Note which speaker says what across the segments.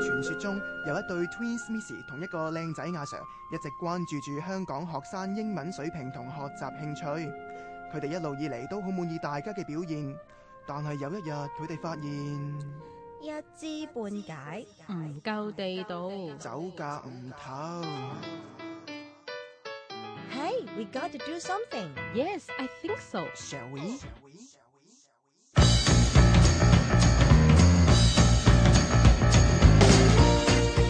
Speaker 1: 傳說中有一對 Twins Missy 同一個靚仔阿 Sir 一直關注住香港學生英文水平同學習興趣，佢哋一路以嚟都好滿意大家嘅表現，但係有一日佢哋發現。
Speaker 2: 一知半解，
Speaker 3: 唔夠地道。
Speaker 1: 酒價唔透，
Speaker 2: Hey, we got to do something.
Speaker 3: Yes, I think so。
Speaker 1: 上位。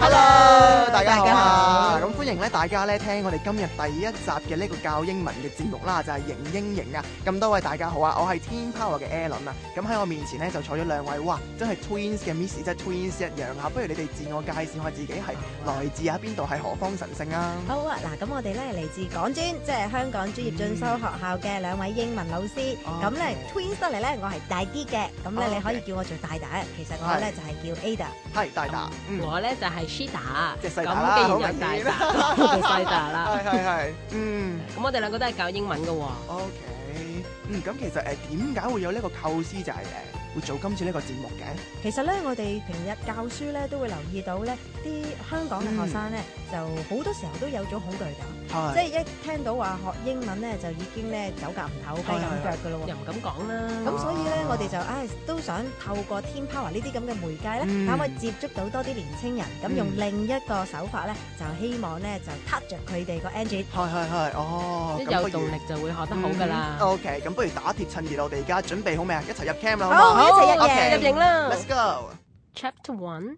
Speaker 1: Hello，大家好啊！咁歡迎咧，大家咧聽我哋今日第一集嘅呢個教英文嘅節目啦，就係型英型啊！咁多位大家好啊，我係 Teen Power 嘅 Alan 啊，咁喺我面前咧就坐咗兩位，哇，真係 Twins 嘅 Miss，真係 Twins 一樣啊！不如你哋自我介紹下自己係來自喺邊度，係何方神聖啊？
Speaker 2: 好啊，嗱，咁我哋咧嚟自港專，即係香港專業進修學校嘅兩位英文老師。
Speaker 1: 哦
Speaker 2: 咁咧 Twins 得嚟咧，我係大啲嘅，咁
Speaker 1: 哦
Speaker 2: 咧你可以
Speaker 1: OK
Speaker 2: 叫我做大大，其實我咧就係叫 Ada。
Speaker 1: 係大達，嗯，
Speaker 3: 我咧就係 Shida，
Speaker 1: 即係
Speaker 3: 咁既
Speaker 1: 細
Speaker 3: 然
Speaker 1: 達啦，好
Speaker 3: 有
Speaker 1: 明
Speaker 3: 大
Speaker 1: 顯
Speaker 3: 大，
Speaker 1: 啦，
Speaker 3: 我就細大啦。
Speaker 1: 係係係，嗯。
Speaker 3: 咁我哋兩個都係教英文嘅喎。
Speaker 1: O K，嗯，咁其實誒點解會有呢個構思就係、誒呃會做今次呢個節目嘅？
Speaker 2: 其實咧，我哋平日教書咧都會留意到咧，啲香港嘅學生咧就好多時候都有種恐懼感，即
Speaker 1: 係
Speaker 2: 係一聽到話學英文咧就已經咧走夾唔唞，雞咁腳噶咯喎。
Speaker 3: 又唔敢講啦。
Speaker 2: 咁所以咧，我哋就唉都想透過 Team Power 呢啲咁嘅媒介咧，
Speaker 1: 嗯
Speaker 2: 可唔可以接觸到多啲年青人？咁
Speaker 1: 嗯
Speaker 2: 用另一個手法咧，就希望咧就 touch 着佢哋個 engine。
Speaker 1: 係係係，哦，
Speaker 3: 一
Speaker 1: 咁
Speaker 3: 有
Speaker 1: 不如
Speaker 3: 動力就會學得好噶啦。
Speaker 1: O K，咁不如打鐵趁熱，我哋而家準備好未啊？一齊入 cam 啦，好唔
Speaker 2: 好
Speaker 1: 好
Speaker 2: 一齊入
Speaker 3: 好
Speaker 2: 營
Speaker 3: 入營啦。
Speaker 1: ？Let's go。
Speaker 3: Chapter One。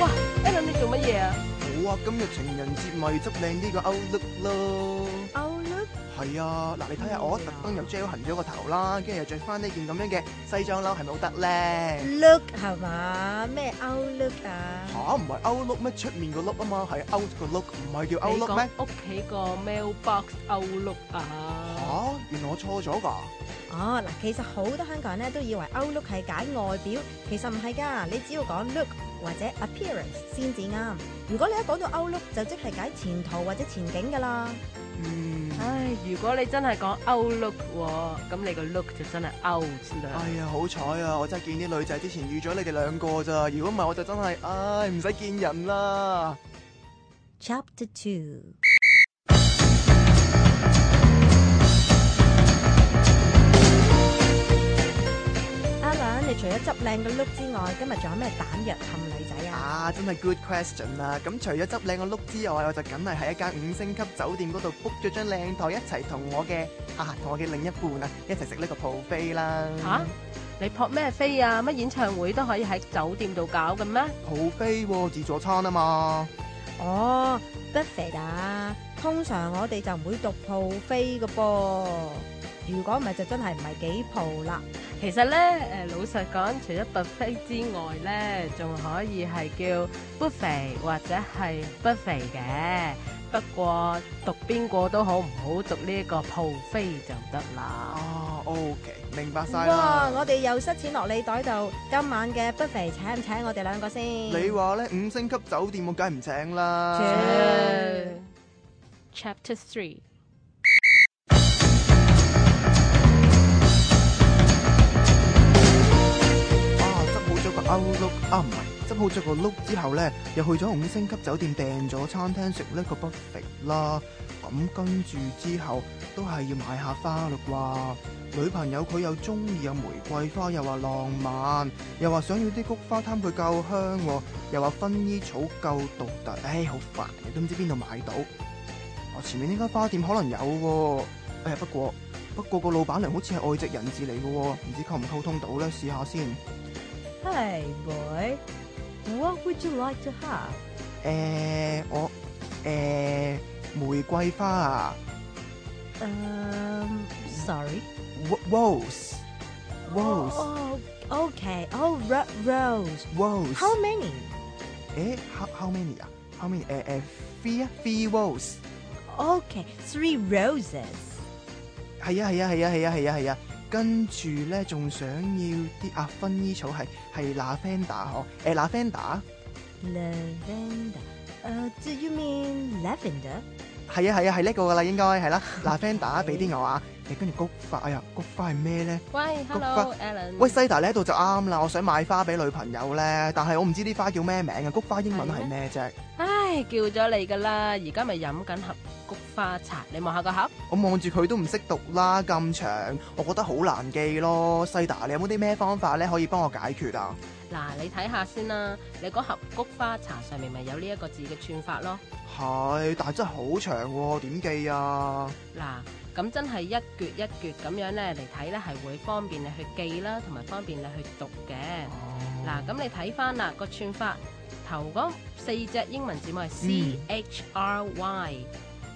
Speaker 3: 哇，Alan 你做乜嘢啊？
Speaker 1: 好啊，今日情人節咪執靚呢個 outlook 咯。
Speaker 2: Outlook
Speaker 1: 係啊，嗱你睇下我特登又 gel 痕咗個頭啦，跟住又着翻呢件咁樣嘅西裝褸，係咪好得
Speaker 3: 嗯
Speaker 1: 咧？
Speaker 2: look 係嘛？咩 outlook 啊？
Speaker 1: 吓，唔係 outlook 咩？出面個 look 啊嘛，係 out 個 look，唔係叫
Speaker 3: 你
Speaker 1: outlook 咩
Speaker 3: 講？屋企個 mailbox à. outlook 啊？
Speaker 1: 吓，原來我錯咗㗎。
Speaker 2: 哦，嗱，其實好多香港人咧都以為 outlook 係解外表，其實唔係㗎。你只要講 look 或者 appearance 先至啱。如果你一講到 outlook，就即係解前途或者前景㗎啦。
Speaker 1: 嗯，
Speaker 3: 唉，如果你真係講 outlook 喎，咁你個 look 就真係 out 啦
Speaker 1: 哎。呀，好彩啊！我真係見啲女仔之前預咗你哋兩個咋，如果唔係我就真係，唉，唔使見人啦。
Speaker 2: Chapter Two。阿蘭，你除咗執靚個 look 之外，今日仲有咩膽藥氹女仔啊？
Speaker 1: 啊，真係 good question 啦！咁除咗執靚個 look 之外，我就梗係喺一間五星級酒店嗰度 book 咗張靚台，一齊同我嘅啊，同我嘅另一半啊，一齊食呢個 buffet 啦。
Speaker 3: 吓你撲咩飛啊？乜演唱會都可以喺酒店度搞嘅咩？
Speaker 1: buffet 喎自助餐啊嘛，
Speaker 2: 哦，buffet 啊，通常我哋就唔會讀鋪飛嘅噃，如果唔係就真係唔係幾鋪啦。
Speaker 3: 其實咧，誒老實講，除咗 buffet 之外咧，仲可以係叫 buffet 或者係 buffet 嘅。不過讀邊個都好，唔好讀呢一個 buffet 就得啦。
Speaker 1: 啊，OK，明白晒
Speaker 2: 哇！
Speaker 1: 啦。
Speaker 2: 我哋又塞錢落你袋度，今晚嘅 buffet 請唔請我哋兩個先？
Speaker 1: 你話咧五星級酒店我梗係唔請啦。
Speaker 2: 切
Speaker 3: Chapter Three，
Speaker 1: 啊，執好咗個 Outlook 啊，唔係執好咗個 look 之後咧，又去咗五星級酒店訂咗餐廳食呢個 buffet 啦。咁跟住之後都係要買下花啦啩。女朋友佢又中意有玫瑰花，又話浪漫，又話想要啲菊花貪佢夠香喎，又話薰衣草夠獨特。唉，好煩嘅，都唔知邊度買到。我前面呢間花店可能有喎、哎呀，不過不過個老闆娘好似係外籍人士嚟嘅喎，唔知溝唔溝通到咧？試下先。
Speaker 2: Hey boy，what would you like to have？
Speaker 1: 誒、我誒、玫瑰花啊
Speaker 2: Um, sorry.
Speaker 1: w- rose rose
Speaker 2: Oh, oh, okay. Oh, ro- rose.
Speaker 1: rose
Speaker 2: How many?
Speaker 1: 誒 how how many 啊 how many 誒、誒 three 啊 three rose
Speaker 2: Okay, three roses.
Speaker 1: 係啊係啊係啊係啊係啊係啊，跟住咧仲想要啲啊薰衣草係係 lavender 嗬誒 lavender
Speaker 2: Lavender. Uh, do you mean lavender?
Speaker 1: 係啊係啊係呢個㗎啦應該係啦 lavender 俾啲我啊誒跟住菊花，哎呀，菊花係咩咧？
Speaker 3: 喂，hello Alan。
Speaker 1: 喂，西達呢度就啱啦，我想買花俾女朋友咧，但係我唔知啲花叫咩名啊，菊花英文係咩啫？
Speaker 3: 唉，叫咗你噶啦，而家咪飲緊盒菊花茶，你望下個盒。
Speaker 1: 我望住佢都唔識讀啦，咁長，我覺得好難記咯。西達，你有冇啲咩方法咧可以幫我解決啊？
Speaker 3: 嗱，你睇下先啦，你嗰盒菊花茶上面咪有呢一個字嘅串法咯。
Speaker 1: 係，但係真係好長喎，點記啊？
Speaker 3: 嗱，咁真係一橛一橛咁樣咧嚟睇咧，係會方便你去記啦，同埋方便你去讀嘅。
Speaker 1: 哦
Speaker 3: 嗱，咁你睇翻啦個串法，頭嗰四隻英文字母係 C
Speaker 1: 嗯
Speaker 3: H R Y，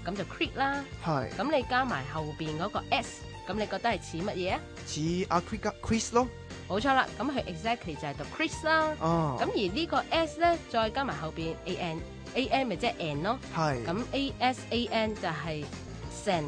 Speaker 3: 咁就 creek 啦。
Speaker 1: 係
Speaker 3: 咁你加埋後邊嗰個 S，咁你覺得係似乜嘢啊？
Speaker 1: 似阿 Chris Chris 咯，
Speaker 3: 冇錯啦，咁佢 exactly 就係讀 Chris 啦。
Speaker 1: 啊，
Speaker 3: 咁而呢個 S 咧，再加埋後邊 A N A N 咪即係 N 咯。
Speaker 1: 係
Speaker 3: 咁 A S A N 就係 san。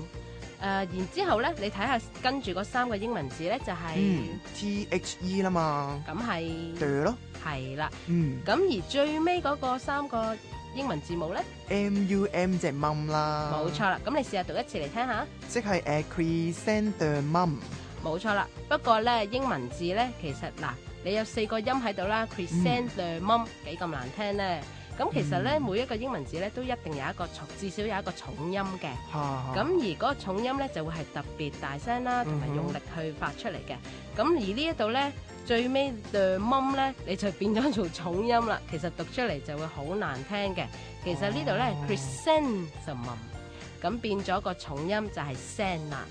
Speaker 3: 誒，然之後咧，你睇下跟住嗰三個英文字咧，就係
Speaker 1: 嗯 T H E 啦嘛，
Speaker 3: 咁係
Speaker 1: 對咯，
Speaker 3: 係啦。
Speaker 1: 嗯
Speaker 3: 咁而最尾嗰個三個英文字母咧，
Speaker 1: M U M 隻 mum 啦，
Speaker 3: 冇錯啦。咁你試下讀一次嚟聽下，
Speaker 1: 即係 a c r e s e n t e mum，
Speaker 3: 冇錯啦。不過咧，英文字咧，其實嗱，你有四個音喺度啦，crescent、mum 幾咁難聽咧。咁其實咧，
Speaker 1: 嗯
Speaker 3: 每一個英文字咧，都一定有一個重，至少有一個重音嘅。
Speaker 1: 嚇，
Speaker 3: 咁而嗰個重音咧就會係特別大聲啦，同埋
Speaker 1: 哦嗯哼
Speaker 3: 用力去發出嚟嘅。咁而呢一度咧，最尾嘅冧咧，你就變咗做重音啦。 其實讀出嚟就會好難聽嘅。其實呢度咧
Speaker 1: 哦
Speaker 3: chrysanthemum，咁變咗個重音就係 san 啦，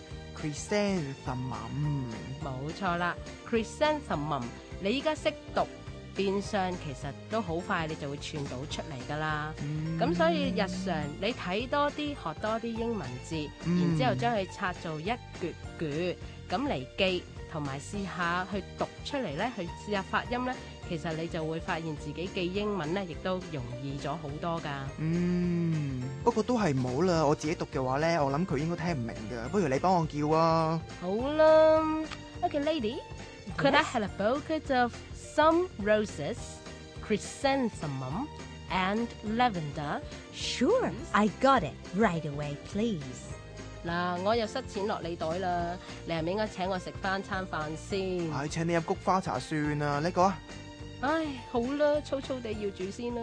Speaker 1: chrysanthemum，
Speaker 3: 冇錯啦，chrysanthemum。你依家識讀變相，其實都好快你就會串到出嚟噶啦。
Speaker 1: 嗯
Speaker 3: 咁所以日常你睇多啲，學多啲英文字，
Speaker 1: 嗯
Speaker 3: 然之後將佢拆做一橛橛咁嚟記，同埋試下去讀出嚟咧，去試下發音咧，其實你就會發現自己記英文咧，亦都容易咗好多噶。
Speaker 1: 嗯，不過都係冇啦。我自己讀嘅話咧，我諗佢應該聽唔明嘅。不如你幫我叫啊。
Speaker 3: 好啦，Okay, lady, could I have a bouquet of some roses, chrysanthemum, and lavender？
Speaker 2: Sure, I got it right away, please.
Speaker 3: 嗱，我又塞錢落你袋啦，你係咪應該請我食翻餐飯先？
Speaker 1: 唉，請你飲菊花茶算啦。呢個啊，
Speaker 3: 唉，好啦，粗粗地要住先啦。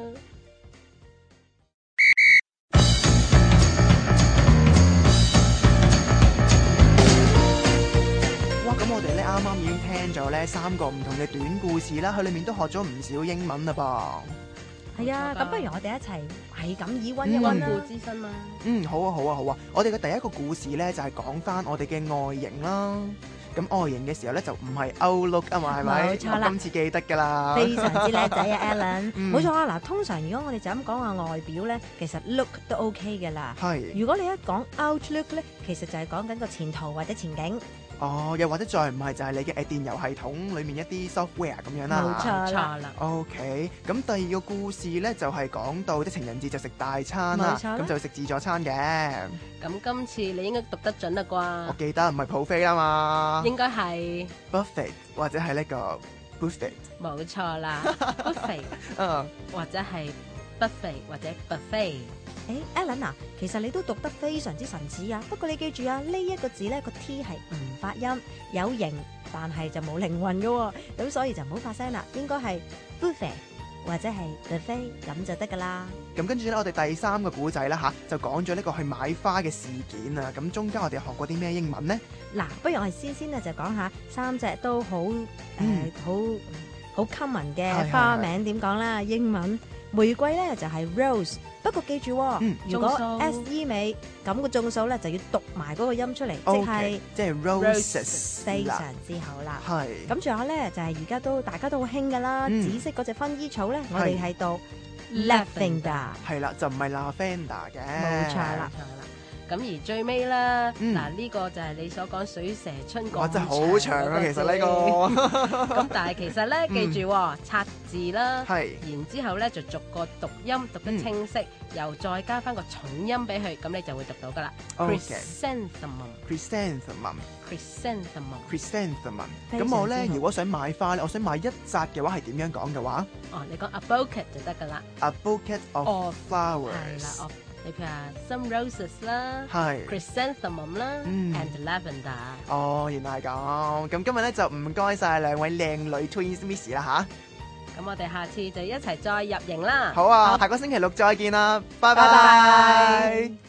Speaker 1: 哇！咁我哋咧啱啱已經聽咗咧三個唔同嘅短故事啦，佢裡面都學咗唔少英文啦噃。
Speaker 2: 係啊，
Speaker 3: 冇錯㗎
Speaker 2: 咁不如我哋一齊係咁以温一
Speaker 1: 嗯
Speaker 2: 温
Speaker 3: 温
Speaker 2: 啦。
Speaker 3: 故知新啦。
Speaker 1: 嗯，好啊，好啊，好啊！我哋嘅第一個故事咧就係講翻我哋嘅外形啦。咁外形嘅時候咧就唔係 outlook 啊嘛，係咪？
Speaker 2: 冇錯啦
Speaker 1: 我今次記得㗎啦。
Speaker 2: 非常之靚仔啊，Alan！
Speaker 1: 嗯
Speaker 2: 冇錯啊，嗱，通常如果我哋就咁講下外表咧，其實 look 都 OK 嘅啦。
Speaker 1: 係
Speaker 2: 如果你一講 outlook 咧，其實就係講緊個前途或者前景，
Speaker 1: 哦，又或者再唔係就係你嘅誒電郵系統裡面一啲 software 咁樣啦。
Speaker 2: 冇錯
Speaker 3: 錯
Speaker 2: 啦。
Speaker 3: 啦，
Speaker 1: OK，咁第二個故事呢，就係、講到即係情人節就食大餐啦，
Speaker 2: 冇錯啦啊
Speaker 1: 咁就食自助餐嘅。
Speaker 3: 咁今次你應該讀得準啦
Speaker 1: 我記得唔係普飛啦嘛
Speaker 3: 啩？應該係
Speaker 1: ，buffet 或者係呢個 buffet，
Speaker 3: 冇 錯啦，不肥
Speaker 1: 嗯，
Speaker 3: 或者係不肥或者不肥。
Speaker 2: 誒，Alan 啊，其實你都讀得非常之神似啊。不過你記住啊，呢一個字咧個 T 係唔發音，有型但係就冇靈魂嘅喎，咁所以就唔好發聲啦。應該係 buffet 或者係 buffet 咁就得㗎啦。
Speaker 1: 咁跟住呢，我哋第三個古仔啦吓，就講咗呢個去買花嘅事件啊。咁中間我哋學過啲咩英文呢？
Speaker 2: 嗱，不如我哋先先啊咧就講下三隻都好誒
Speaker 1: 嗯
Speaker 2: 好好 common
Speaker 1: 係
Speaker 2: 嘅花
Speaker 1: 係
Speaker 2: 名點講啦？英文玫瑰咧就係 rose，不過記住喎
Speaker 1: 嗯，
Speaker 2: 如果
Speaker 3: 眾數
Speaker 2: S E 尾咁個眾數咧就要讀埋嗰個音出嚟，即
Speaker 1: OK，嗯
Speaker 2: 係
Speaker 1: 即係
Speaker 2: 非
Speaker 1: roses
Speaker 2: 常
Speaker 1: 啦，
Speaker 2: 之好啦。
Speaker 1: 係
Speaker 2: 咁仲有咧就係而家都大家都好興噶啦，
Speaker 1: 嗯
Speaker 2: 紫色嗰只薰衣草咧，我哋係讀
Speaker 3: Lavender
Speaker 2: lavender，
Speaker 1: 係啦，就唔係 lavender 嘅，
Speaker 2: 冇錯
Speaker 3: 冇
Speaker 2: 啦
Speaker 3: 錯啦。咁而最尾啦，
Speaker 1: 嗯
Speaker 3: 嗱呢個就係你所講水蛇春
Speaker 1: 哇，
Speaker 3: 咁
Speaker 1: 真係好長啊！其實呢
Speaker 3: 嗰
Speaker 1: 個嗯
Speaker 3: 個字。咁但係其實咧，記住喎拆字啦。
Speaker 1: 係
Speaker 3: 然之後咧就逐個讀音讀得清
Speaker 1: 嗯
Speaker 3: 晰，又再加翻個重音俾佢，咁你就會讀到噶啦。
Speaker 1: OK。
Speaker 3: Chrysanthemum，chrysanthemum，
Speaker 1: chrysanthemum，chrysanthemum。
Speaker 2: 非常
Speaker 1: 咁我咧，
Speaker 2: 之好
Speaker 1: 如果想買花咧，我想買一扎嘅話係點樣講嘅話
Speaker 3: 哦，你講 a bouquet 就得噶啦。
Speaker 1: ？A bouquet of
Speaker 3: 哦 Of，係啦哦
Speaker 1: flowers。
Speaker 3: ，of 你譬如話 some roses 啦、
Speaker 1: 係
Speaker 3: chrysanthemum 啦、
Speaker 1: 嗯
Speaker 3: and lavender。
Speaker 1: 哦，原來係咁。咁今日咧就唔該晒兩位靚女 Twins Miss 啦吓。
Speaker 3: 咁我哋下次就一齊再入營啦。
Speaker 1: 好啊，下個星期六再見啦，拜
Speaker 3: 拜拜
Speaker 1: 拜。